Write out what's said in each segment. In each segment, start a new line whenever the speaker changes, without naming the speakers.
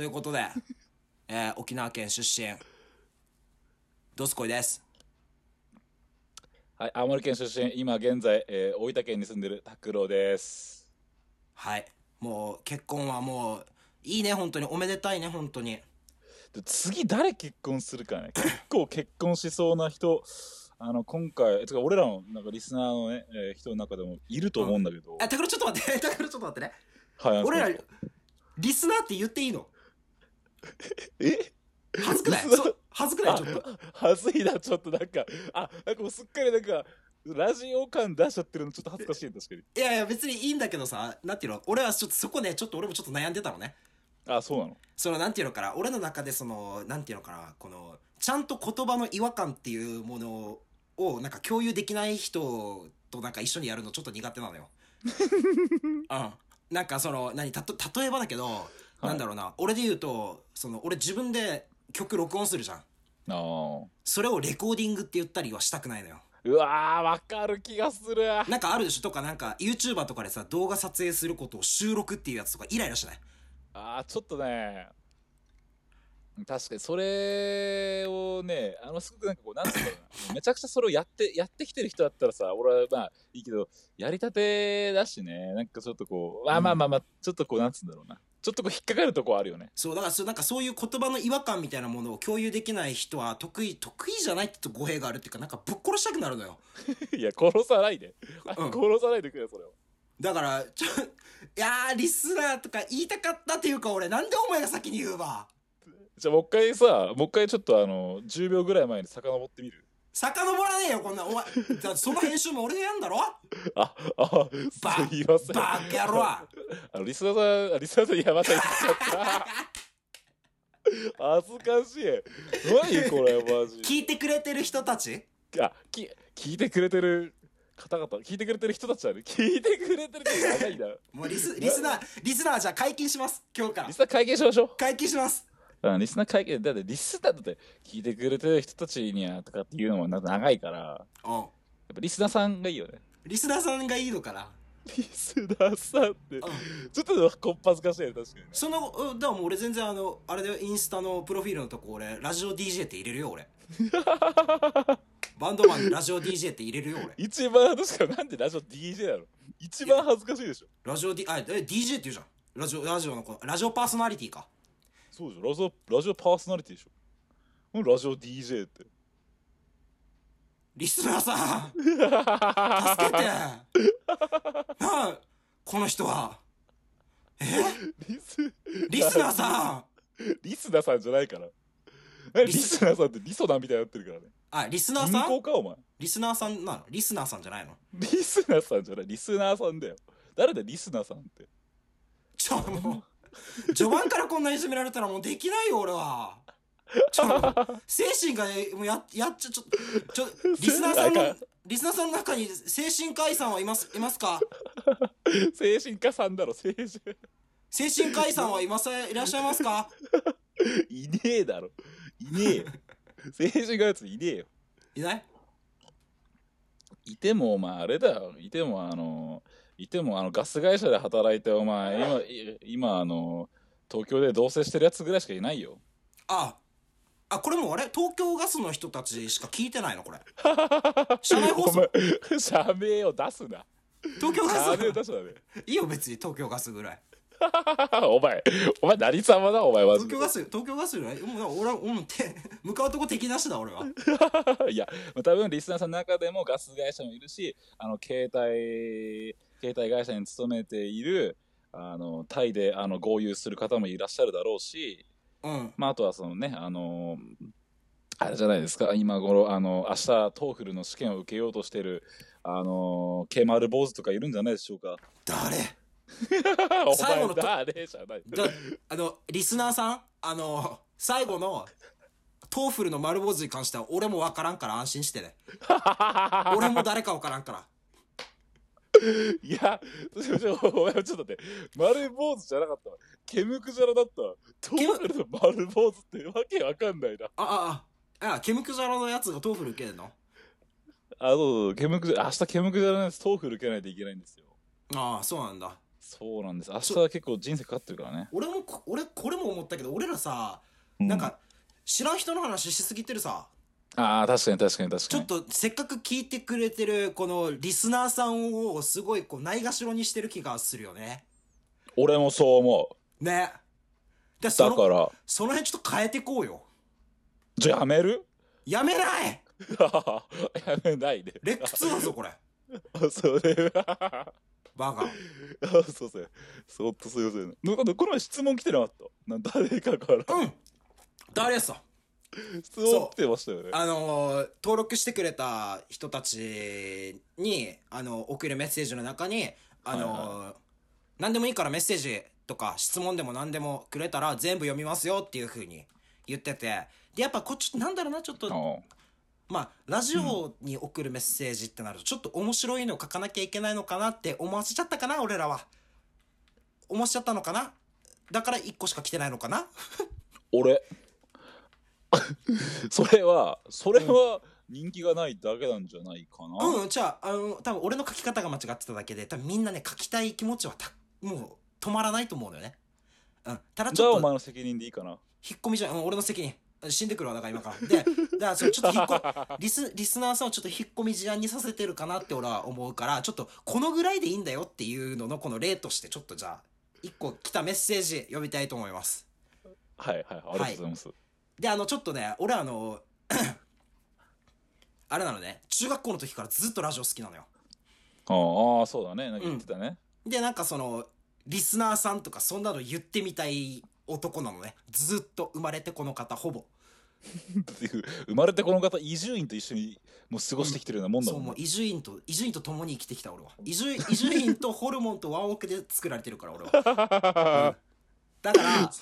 いうことで、 えー沖縄県出身、ドスコイです。
はい、青森県出身、今現在、えー大分県に住んでる拓郎です。
はい。もう、結婚はもう、いいね、本当に。おめでたいね、本当に。
で次誰結婚するか ね、結構結婚しそうな人、あの、今回、つか俺らの、なんかリスナーのね、えー人の中でもいると思うんだけど、
あ、タクルちょっと待って、 タクルちょっと待ってね。
はい、
俺ら
あの、
リスナーって言っていいの
え
恥ずくない
リスナー
そう恥ずくない
あ
ちょっと。、
はずいな、ちょっとなんか、あ、なんかもうすっかりなんか、ラジオ感出しちゃってるのちょっと恥ずかしい、確かに。
いやいや、別にいいんだけどさ、なんていうの俺はちょっとそこね、ちょっと俺もちょっと悩んでたのね。
あ、そうなの
そのなんていうのかな俺の中でそのなんていうのかなこのちゃんと言葉の違和感っていうものをなんか共有できない人となんか一緒にやるのちょっと苦手なのよ。うん、なんかその何たと例えばだけど、
い
なんだろうな俺で言うとその俺自分で曲録音するじゃん。
あー
それをレコーディングって言ったりはしたくないのよ。
うわー、わかる気がする。
なんかあるでしょとかなんか YouTuber とかでさ動画撮影することを収録っていうやつとかイライラしない
ああちょっとね確かにそれをねあのすごくなんかこうなんていうんだろうなめちゃくちゃそれをやって やってきてる人だったらさ俺はまあいいけどやりたてだしねなんかちょっとこうまあまあまあまあちょっとこうなんつうんだろうなちょっとこう引っかかるとこあるよね
そう、だからそう、なんかそういう言葉の違和感みたいなものを共有できない人は得意、得意じゃないって言うと語弊があるっていうか、なんかぶっ殺したくなるのよ。
いや殺さないで、あ
うん
殺さないでくれよそれを
だから、ちょ、いやー、リスナーとか言いたかったっていうか、俺、なんでお前が先に言うわ。
じゃあもう一回さもう一回ちょっとあの10秒ぐらい前に遡ってみる
遡らねえよ、こんなん。お前、だその編集も俺がやんだろ
ああ
バ
すいません
バカ野郎
あのリスナーさんあリスナーさんいやまた言っちゃった恥ずかしい何これマジ
聞いてくれてる人たち
あき聞いてくれてる方々聞いてくれてる人たちだね聞いてくれてる人長いな
もうリス、リスナー、リスナーじゃあ解禁します。今日から
リ。スナー会見しましょ
解禁します。
う、うん、リスナー会見だってリスナーだって聞いてくれてる人たちにはとかっていうのもなんか長いからや
うん。
っぱリスナーさんがいいよね
リスナーさんがいいのかな。
リスナーさんって
うん。
ちょっとこっぱずかしいね確かにね
その、うんだからもう俺全然あの、あれだよ、インスタのプロフィールのとこ俺、ラジオ DJ って入れるよ、俺。バンドマンにラジオ DJ って入れるよ、俺。
一番確かになんでラジオ DJ なの一番恥ずかしいでしょ
ラジオ D、あ、え、DJ って言うじゃん。ラジオ、ラジオのこの、ラジオパーソナリティか。
そうじゃんラジオラジオパーソナリティでしょラジオ DJ って
リスナーさん、助けてなあ、この人は。え
リス
リスナーさん
リスナーさんじゃないから何
リ
リ
ス
スナーさんってリソナーみたいになってるからね
あ、リスナー
銀
さん
行かお前
リスナーさんなのリスナーさんじゃないの
リスナーさんじゃないリスナーさんだよ誰だよリスナーさんって
ちょ、もう、序盤からこんなにじめられたらもうできないよ、俺は。ちょ、精神が、ね、もうや、やっちゃ、ちょ、ちょ、リスナーさん
なん
の
か、
リスナーさんの中に精神科医さんはいます、いますか
精神科さんだろ精神
精 神科医さんはいます、いらっしゃいますか
いねえだろいねえよ精神科のやついねえよ
いない
いても、お前、あれだよ。いても、あの、いても、あの、ガス会社で働いて、お前、今、い今、あの、東京で同棲してるやつぐらいしかいないよ。
ああ、これもうあれ東京ガスの人たちしか聞いてないのこれ。社内放
お
送
前、社名を出すな。
東京ガ
社名を出
ス
すなね。
いいよ、別に東京ガスぐらい。
お前、お前、何様だ、お前、マジ
東
で
京。ガス、東京ガスぐらいもう俺は、うん、 て、向かうとこ敵なしだ、俺は。
いや、多分、リスナーさんの中でもガス会社もいるし、あの、携帯、携帯会社に勤めている、あの、タイで、あの、合流する方もいらっしゃるだろうし、
うん。
まあ、あとはそのね、あのーあれじゃないですか、今頃、あの、明日、トーフルの試験を受けようとしてる、あのー、ケマル坊主とかいるんじゃないでしょ うか。
誰
お
最後
前
の、と
誰じゃない。
だあのリスナーさんあの最後のトーフルの丸坊主に関しては俺も分からんから安心してね 俺も誰か分からんから
いや、ちょちょお前、ちょっと待って、丸坊主じゃなかったわ。ケムクジャラだったわ。トーフルの丸坊主ってわけわかんないな。
ああああケムクジャラのやつがトーフル受けるの
あ、そうそうそう、ケムクジャラ、明日ケムクジャラのやつ、トーフル受けないといけないんですよ。
ああそうなんだ
そうなんです。明日は結構人生かかってるからね。
俺もこ俺これも思ったけど俺らさ、
う
なん、か知らん人の話しすぎてるさ
ああ、確かに確かに確
ち
か
ょ
に
っ。とせっかく聞いてくれてるこのリスナーさんをすごいこうないがしろにしてる気がするよね
俺もそう思う。
ねだそ
だ
の
から、
その辺ちょっと変えてこうよ
じゃあやめる
やめない
やめないで。
レック2だぞこれ
あそれは。
バカ
あそうそう。そっとすいません。なんかこの前質問来てなかった。なん誰かから。
うん誰ですか
質問来てましたよね。
あのー登録してくれた人たちに、あの送るメッセージの中に、あのー
は
何でもいいからメッセージとか質問でも何でもくれたら全部読みますよっていうふうに言ってて、で、やっぱこっち、なんだろうな、ちょっと、
あ
まあ、ラジオに送るメッセージってなると、ちょっと面白いの書かなきゃいけないのかなって思わせちゃったかな、俺らは。思わせちゃったのかなだから1個しか来てないのかな
俺 それはそれは人気がないだけなんじゃないかな、
うん、じゃあ、あの、多分俺の書き方が間違ってただけで、多分みんなね、書きたい気持ちはた、もう止まらないと思うのよね。うん。ただち
じゃあ
ょ
お
っと、
前の責任でいいかな
引っ込みじゃん、うん、俺の責任。死んでくるわ、だから今から。で、だからそれちょっと引っ 込リス、リスナーさんをちょっと引っ込み思案にさせてるかなって俺は思うから、ちょっと、このぐらいでいいんだよっていうのの、この例として、ちょっとじゃあ、一個来たメッセージ読みたいと思います。
はいはいありがとうございます、
で、あの、ちょっとね、俺あの、 あれなのね、中学校の時からずっとラジオ好きなのよ。
あーあーそうだねなんか言ってたね、
でなんかそのリスナーさんとかそんなの言ってみたい男なのねずっと生まれてこの方ほぼ
っていう生まれてこの方伊集院と一緒にもう過ごしてきてるようなもんだ
そう
もんね
もう伊集院と伊集院と共に生きてきた俺は伊 集伊集院とホルモンとワンオクで作られてるから俺は、うんだから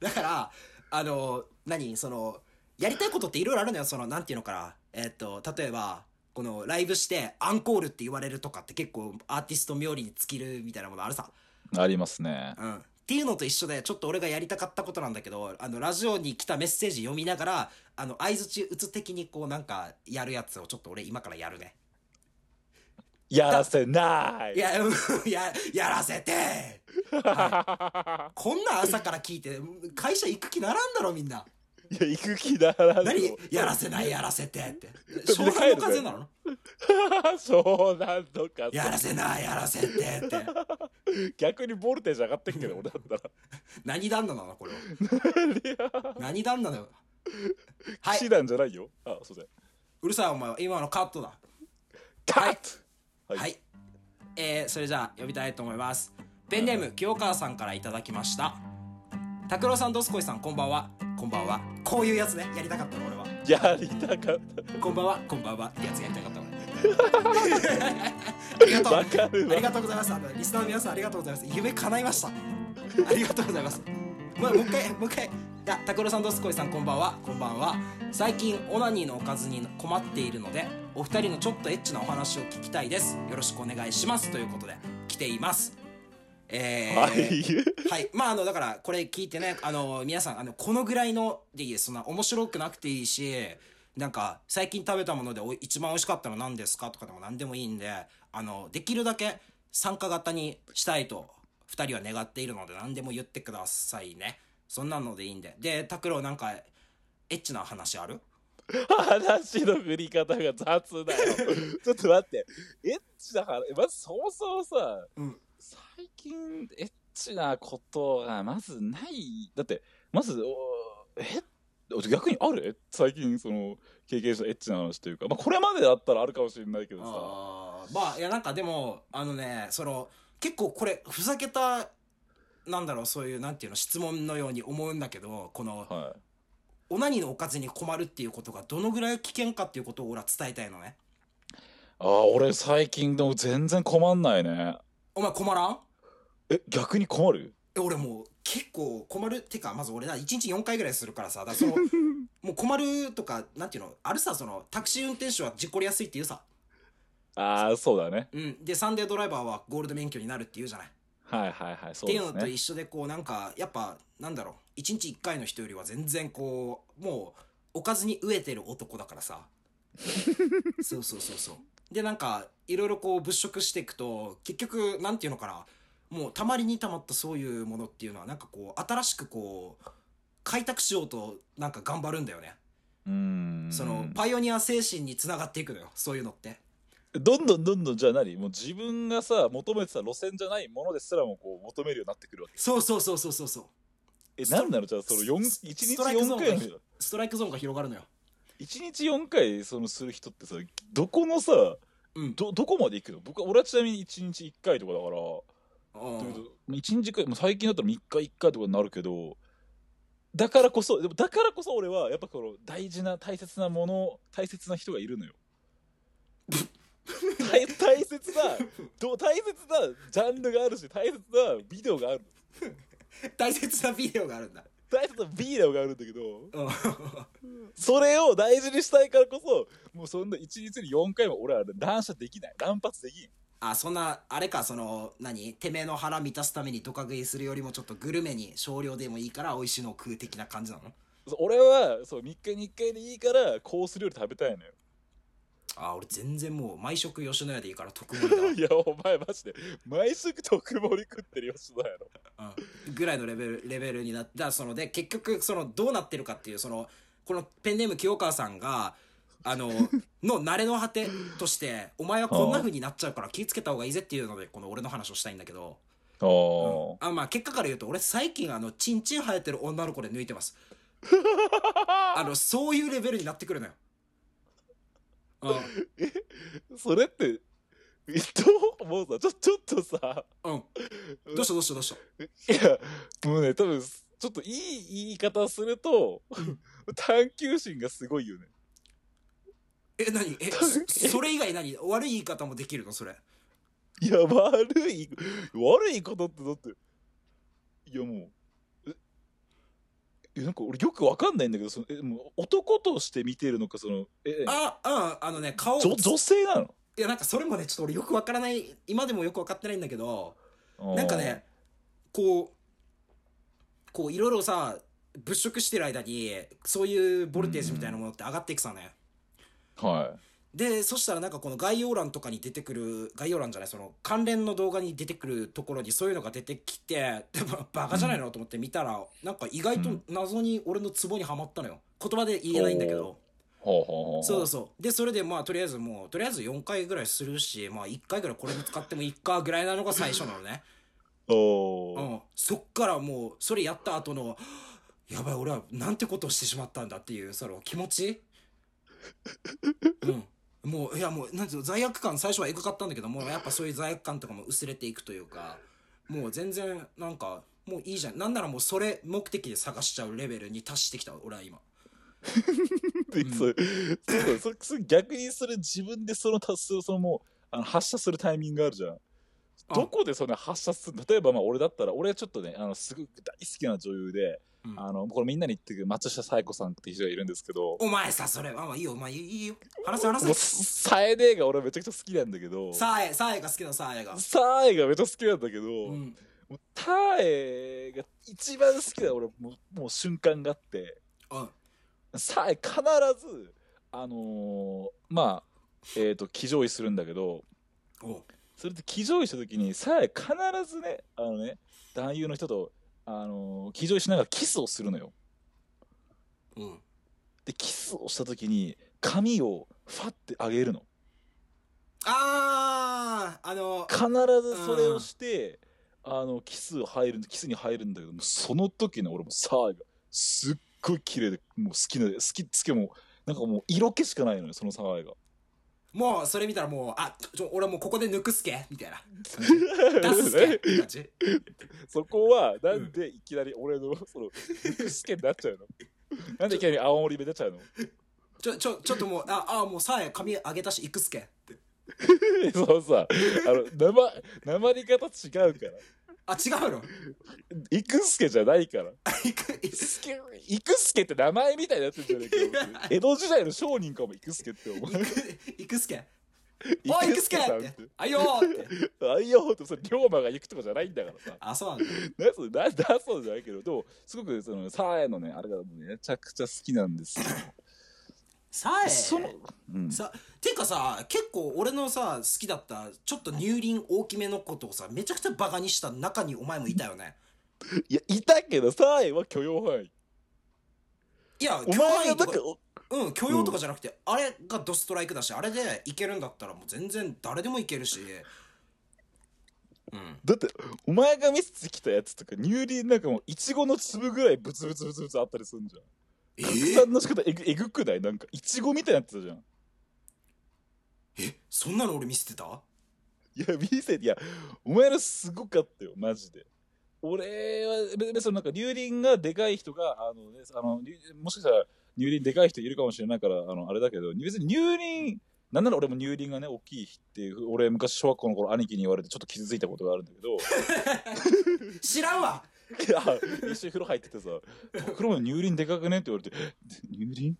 だからあの何そのやりたいことっていろいろあるのよそのなんていうのかなえっ、と例えばこのライブしてアンコールって言われるとかって結構アーティスト冥利に尽きるみたいなものあるさ
ありますね
うん、っていうのと一緒でちょっと俺がやりたかったことなんだけどあのラジオに来たメッセージ読みながらあの相づち打つ的にこうなんかやるやつをちょっと俺今からやるね
やらせない
い やうん ややらせて、はい、こんな朝から聞いて会社行く気ならんだろみんない
や行く気だらん
何
ぞ
やらせないやらせてって
みん
湘
な帰
南
る
の風なの
そうなんとか
やらせないやらせてって
逆にボルテージ上がってきてる俺だったら
何段なのこれは何段なのよは
騎
い
士団じゃないよあそうだよ
うるさいお前は今のカットだ
カット、
はい、
はい
えーそれじゃあ呼びたいと思いますペンネーム清川さんからいただきました拓郎さんどすこいさんこんばんはこんばんはこういうやつねやりたかったの俺は
やりたかった
こんばんはこんばんはってやつやりたかったの ありがとう
わかるわ
ありがとうございますあのリスナーの皆さんありがとうございます夢叶いましたありがとうございますまあ、もう一回もう一回いや拓郎さんどすこいさんこんばんはこんばんは最近オナニーのおかずに困っているのでお二人のちょっとエッチなお話を聞きたいですよろしくお願いしますということで来ていますえー、はい、まああのだからこれ聞いてねあの皆さんあのこのぐらいのでいいですそんな面白くなくていいしなんか最近食べたものでお一番美味しかったの何ですかとかでも何でもいいんであのできるだけ参加型にしたいと2人は願っているので何でも言ってくださいねそんなのでいいんでで拓郎なんかエッチな話ある
話の振り方が雑だよちょっと待ってエッチだからまずそもそもさ、
うん
最近エッチなことがまずないだってまずおえ逆にある最近その経験したエッチな話というか、まあ、これまでだったらあるかもしれないけどさ
あーまあいやなんかでもあのねその結構これふざけたなんだろうそういうなんていうの質問のように思うんだけどこの
は
オナニーのおかずに困るっていうことがどのぐらい危険かっていうことを俺は伝えたいのね
い、あー俺最近でも全然困んないね
お前困らん
え逆に困る
え俺もう結構困るってかまず俺だ1日4回ぐらいするからさだからそのもう困るとかなんていうのあるさそのタクシー運転手は事故りやすいっていうさ、
ああそうだね
うん、でサンデードライバーはゴールド免許になるっていうじゃない、
はいはいはい
っ
そう
てい
です
う
ね
のと一緒でこうなんかやっぱなんだろう1日1回の人よりは全然こうもうおかずに飢えてる男だから さそうそうそうそうでなんかいろいろこう物色していくと結局なんていうのかなもうたまりにたまったそういうものっていうのはなんかこう新しくこう開拓しようとなんか頑張るんだよね、
うーん
そのパイオニア精神につながっていくのよそういうのって
どんどんどんどんじゃあ何もう自分がさ求めてた路線じゃないものですらもこう求めるようになってくるわけ
そうそうそうそうそうそう
え
スト
何なのじゃあその4
ス
一日
ストライクゾーン
4回なんだよ
ストライクゾーンが広がるのよ
一日4回そのする人ってさどこのさ
うん
どどこまで行くの僕は俺はちなみに一日1回とかだからだけどまあ一日一回もう最近だったら3日1回とかになるけどだからこそでもだからこそ俺はやっぱこの大事な大切なもの大切な人がいるのよ大大切など大切なジャンルがあるし大切なビデオがある
大切なビデオがあるんだ
大切なビデオがあるんだけど
うん
それを大事にしたいからこそもうそんな一日に4回も俺は乱射できない乱発できん
あそんなあれかその何てめえの腹満たすためにドカ食いするよりもちょっとグルメに少量でもいいから美味しいのを食う的な感じなの
そう俺はそう3日に1回でいいからコース料理食べたいのよ
あ俺全然 もう毎食吉野家でいいから特盛りだわ
いや、お前マジで、毎食特盛り食ってるよ、吉田やろ。
うんぐらいのレベルレベルになってだからそので結局そのどうなってるかっていうそのこのペンネーム清川さんがあ のの慣れの果てとしてお前はこんな風になっちゃうから気ぃつけた方がいいぜっていうのでこの俺の話をしたいんだけど、
あ
あまあ結果から言うと俺最近あのチンチン生えてる女の子で抜いてます あのそういうレベルになってくるのよ、
あ。 それって、えっと、もうさ、ちょ、ちょっとさ、
うんうんどうしたどうしたどうした
いや、もうね、多分、ちょっといい言い方すると、探求心がすごいよね。
え何 えそそれ以外何悪い言い方もできるのそれ
いや、悪い、悪い言い方ってだって、いやもう、え、えなんか俺よくわかんないんだけど、その、え、もう男として見てるのか、その、え、
あうんあのね顔
女女性なの
いやなんかそれもねちょっと俺よくわからない今でもよくわかってないんだけどなんか、ねこうこういろいろさ物色してる間にそういうボルテージみたいなものって上がっていくさね、
はい。
でそしたらなんかこの概要欄とかに出てくる概要欄じゃないその関連の動画に出てくるところにそういうのが出てきてでもバカじゃないのと思って見たら、なんか意外と謎に俺のツボにはまったのよ言葉で言えないんだけど
ほうほうほうほう
そうそうでそれでまあとりあえずもうとりあえず4回ぐらいするしまあ1回ぐらいこれに使ってもいいかぐらいなのが最初なのね、
お
う
ー
ん、そっからもうそれやった後のやばい俺はなんてことをしてしまったんだっていうその気持ち、 うん、もういやもうなんていうの罪悪感最初はエグかったんだけどもうやっぱそういう罪悪感とかも薄れていくというかもう全然なんかもういいじゃんなんならもうそれ目的で探しちゃうレベルに達してきた俺は今
でそうそうそうそ逆にそれ自分でその達成そのもうあの発射するタイミングがあるじゃんどこでそんな発射する例えばまあ俺だったら俺はちょっとねあのすごく大好きな女優で、
うん
あのこれみんなに言ってる松下紗友子さんっていう人がいるんですけど
お前さそれあまあいいよお前いいよ話せ
もう
話せ
さえねえが俺はめちゃくちゃ好きなんだけど
さあえさあえが好きなさあえが
さえがめちゃくちゃ好きなんだけど、
うん
もうたえが一番好きな俺もうもう瞬間があって
うん
さえ必ずあのーまあえっ、と騎乗位するんだけど
おう
それって騎乗位した時にさえ必ずねあのね男優の人とあのー騎乗位しながらキスをするのよ
うん
でキスをした時に髪をファって上げるの
あーあの
必ずそれをして、あのキス入るキスに入るんだけどもうその時の俺もさえがすっごい綺麗でもう好きな好き好きもうなんかもう色気しかないのよそのさえが
もうそれ見たらもう、あ、ちょ、俺はもうここで抜くっすけみたいな。 出すっけ っ
ね
て感じ。
そこはなんでいきなり俺のその試験になっちゃうのなんでいきなり青森目出ちゃうの
ちょ、ちょ、ちょっともう、あ、あ、もうさえ髪上げたし行くっすけって。
そうさあの生生り方違うから
あ、違うの
いくすけじゃないから
行く、行く
すけいくすけって名前みたいになってるじゃ ないか江戸時代の商人かもいくすけって思う
行くっすけおい、行くっすけ
さん
って。あいよーって。
あいよってそれ龍馬が行くとかじゃないんだからさ
あ、そうなんだ。
なそうなだそうじゃないけどでもすごくそのサーヤのねあれがもうめちゃくちゃ好きなんですよ
さえ
その、うん、
さていうかさ結構俺のさ好きだったちょっと乳輪大きめのことをさめちゃくちゃバカにした中にお前もいたよね
いやいたけどさえは許容範囲
いや
お
許容範
前が
囲
だ
と
っ
か
てお
うん許容とかじゃなくて、あれがドストライクだしあれでいけるんだったらもう全然誰でもいけるしうん
だってお前が見せてきたやつとか乳輪なんかもういちごの粒ぐらいブツブツブツブツあったりするんじゃん
え
拡散の仕方えぐえぐくないなんかいちごみたいになってたじゃん
えそんなの俺見せてた
いや見せていやお前らすごかったよマジで俺は別にそのなんか乳輪がでかい人があの、ね、あの乳もしかしたら乳輪でかい人いるかもしれないからあのあれだけど別に乳輪なんなら俺も乳輪がね大きいっていう俺昔小学校の頃兄貴に言われてちょっと傷ついたことがあるんだけど
知らんわ
いや 一緒に風呂入っててさ「黒の乳輪でかくね?」って言われて「乳輪?」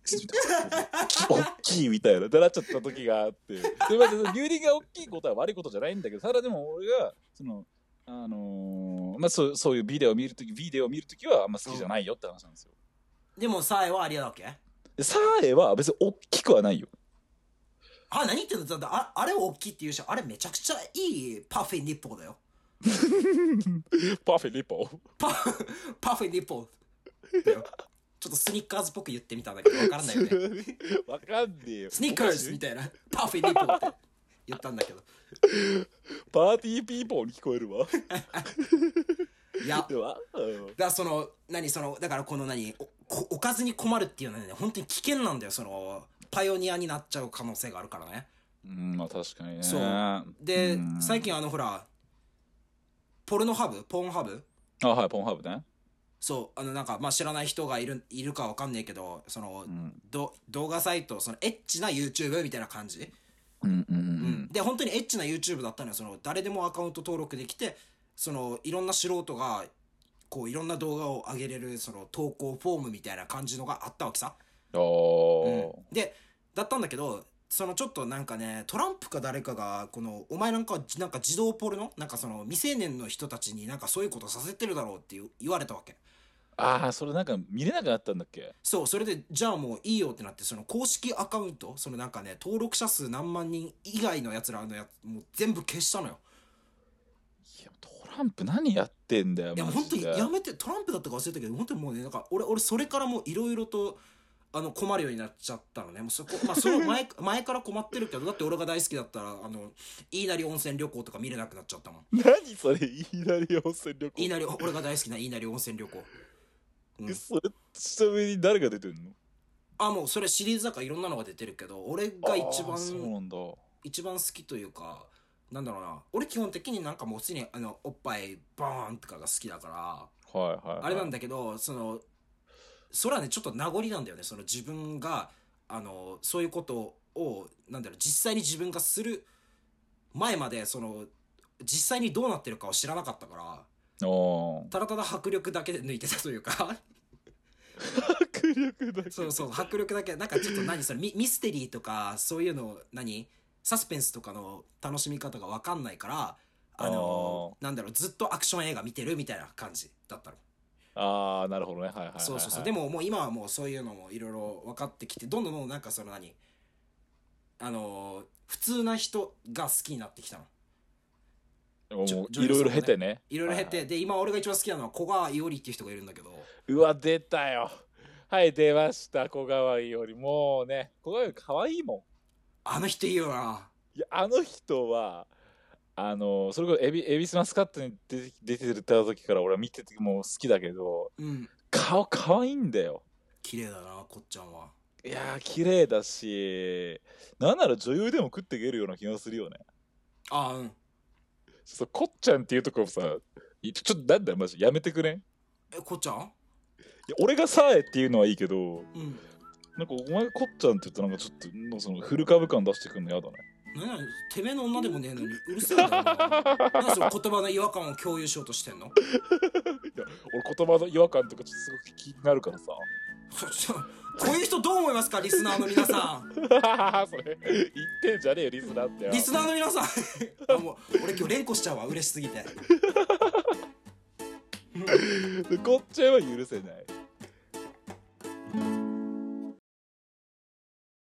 おっきいみたいなだらっちゃった時があってでまず乳輪が大きいことは悪いことじゃないんだけどただでも俺がそのあのーまあそうそういうビデオを見るときビデオを見るときはあんま好きじゃないよって話なんですよ
でもさえはありやだっけ
でサーエは別に大きくはないよ
あ何言ってんのだってああれ大きいって言うしあれめちゃくちゃいいパフェニッポーだよ
パフェリポ
パフパフェニッポーだよちょっとスニッカーズっぽく言ってみたんだけど分からないよね
わかんねえよ
スニッカーズみたいなパフェニッポーって言ったんだけど
パーティーピーポーに聞こえるわ
いや
ではうん
だからその何そのだからこの何おこおかずに困るっていうのはね本当に危険なんだよそのパイオニアになっちゃう可能性があるからね
うんまあ確かにね
そう
う
で
ん
最近あのほらポルノハブポーンハブ
あはいポンハーブね
そうあのなんかまあ知らない人がいるいるかわかんないけどその、
うん
ど動画サイトそのエッチな YouTube みたいな感じ、
うんうんう
うん
ん
で本当にエッチな YouTube だったのよその誰でもアカウント登録できてそのいろんな素人がこういろんな動画を上げれるその投稿フォームみたいな感じのがあったわけさ、
あ
う
ー
んでだったんだけどそのちょっとなんかねトランプか誰かがこのお前なんかはなんか児童ポルノなんかその未成年の人たちになんかそういうことさせてるだろうっていう言われたわけ
ああそれなんか見れなくなったんだっけ
そうそれでじゃあもういいよってなってその公式アカウントそのなんかね登録者数何万人以外のやつらのやつもう全部消したのよ
いやトランプ何やってんだよ
いや
マ
本当
ジ
に
で
やめてトランプだったか忘れたけど本当にもうねなんか俺俺それからもういろいろとあの困るようになっちゃったのねもうそこまあその 前前から困ってるけどだって俺が大好きだったらあの飯なり温泉旅行とか見れなくなっちゃったもん
何それいなり温泉旅行
飯なり俺が大好きな飯なり温泉旅行うん
それちなみに誰が出てんの
あもうそれシリーズだからいろんなのが出てるけど俺が一
あー
番
そうなんだ
一番好きというかなんだろうな俺基本的になんかもう常にあのおっぱいバーンとかが好きだか
はいはい、は
ら
い、
あれなん
だ
だけどそのそれはねちょっと名残なんだよねその自分があのそういうことをなんだろう実際に自分がする前までその実際にどうなってるかを知らなかったから
お
ただただ迫力だけで抜いてたという か
迫力だけ
そうそう迫力だけなんかちょっと何それミミステリーとかそういうの何サスペンスとかの楽しみ方が分かんないからあのなんだろうずっとアクション映画見てるみたいな感じだったの、
ああなるほどねはいはいはい、はい、
そうそうそうでももう今はもうそういうのもいろいろ分かってきてどんどんどんどんなんかその何あの普通な人が好きになってきたの
もう
ちょ
いろいろ経てね
いろいろ経
は
て、で今俺が一番好きなのは古賀伊織っていう人がいるんだけど
うわ出たよはい出ました小川伊織もうね小川伊織可愛いもん
あの人いいよない
やあの人はあのそれこそエビエビスマスカットに出て出てた時から俺は見ててもう好きだけど
うん
顔可愛いんだよ
綺麗だなこっちゃんはい
やー綺麗だしなんなら女優でも食っていけるような気がするよね
あうん
そうこっちゃんっていうとこさいちょちょっとなんだよマジやめてくれんい
えこっちゃん
や俺がさえっていうのはいいけど
うん
なんかお前がこっちゃんって言ったらなんかちょっともうそのフル株感出してくんのやだね
何やてめえの女でもねえのにうるせえんだよな何その言葉の違和感を共有しようとしてんの
俺言葉の違和感とかちょっとすごく気になるからさ
そそこういう人どう思いますかリスナーの皆さん
それ言ってんじゃねえよリスナーってよ
リスナーの皆さん あもう俺今日連呼しちゃうわ嬉しすぎて
でこっちゃんは許せない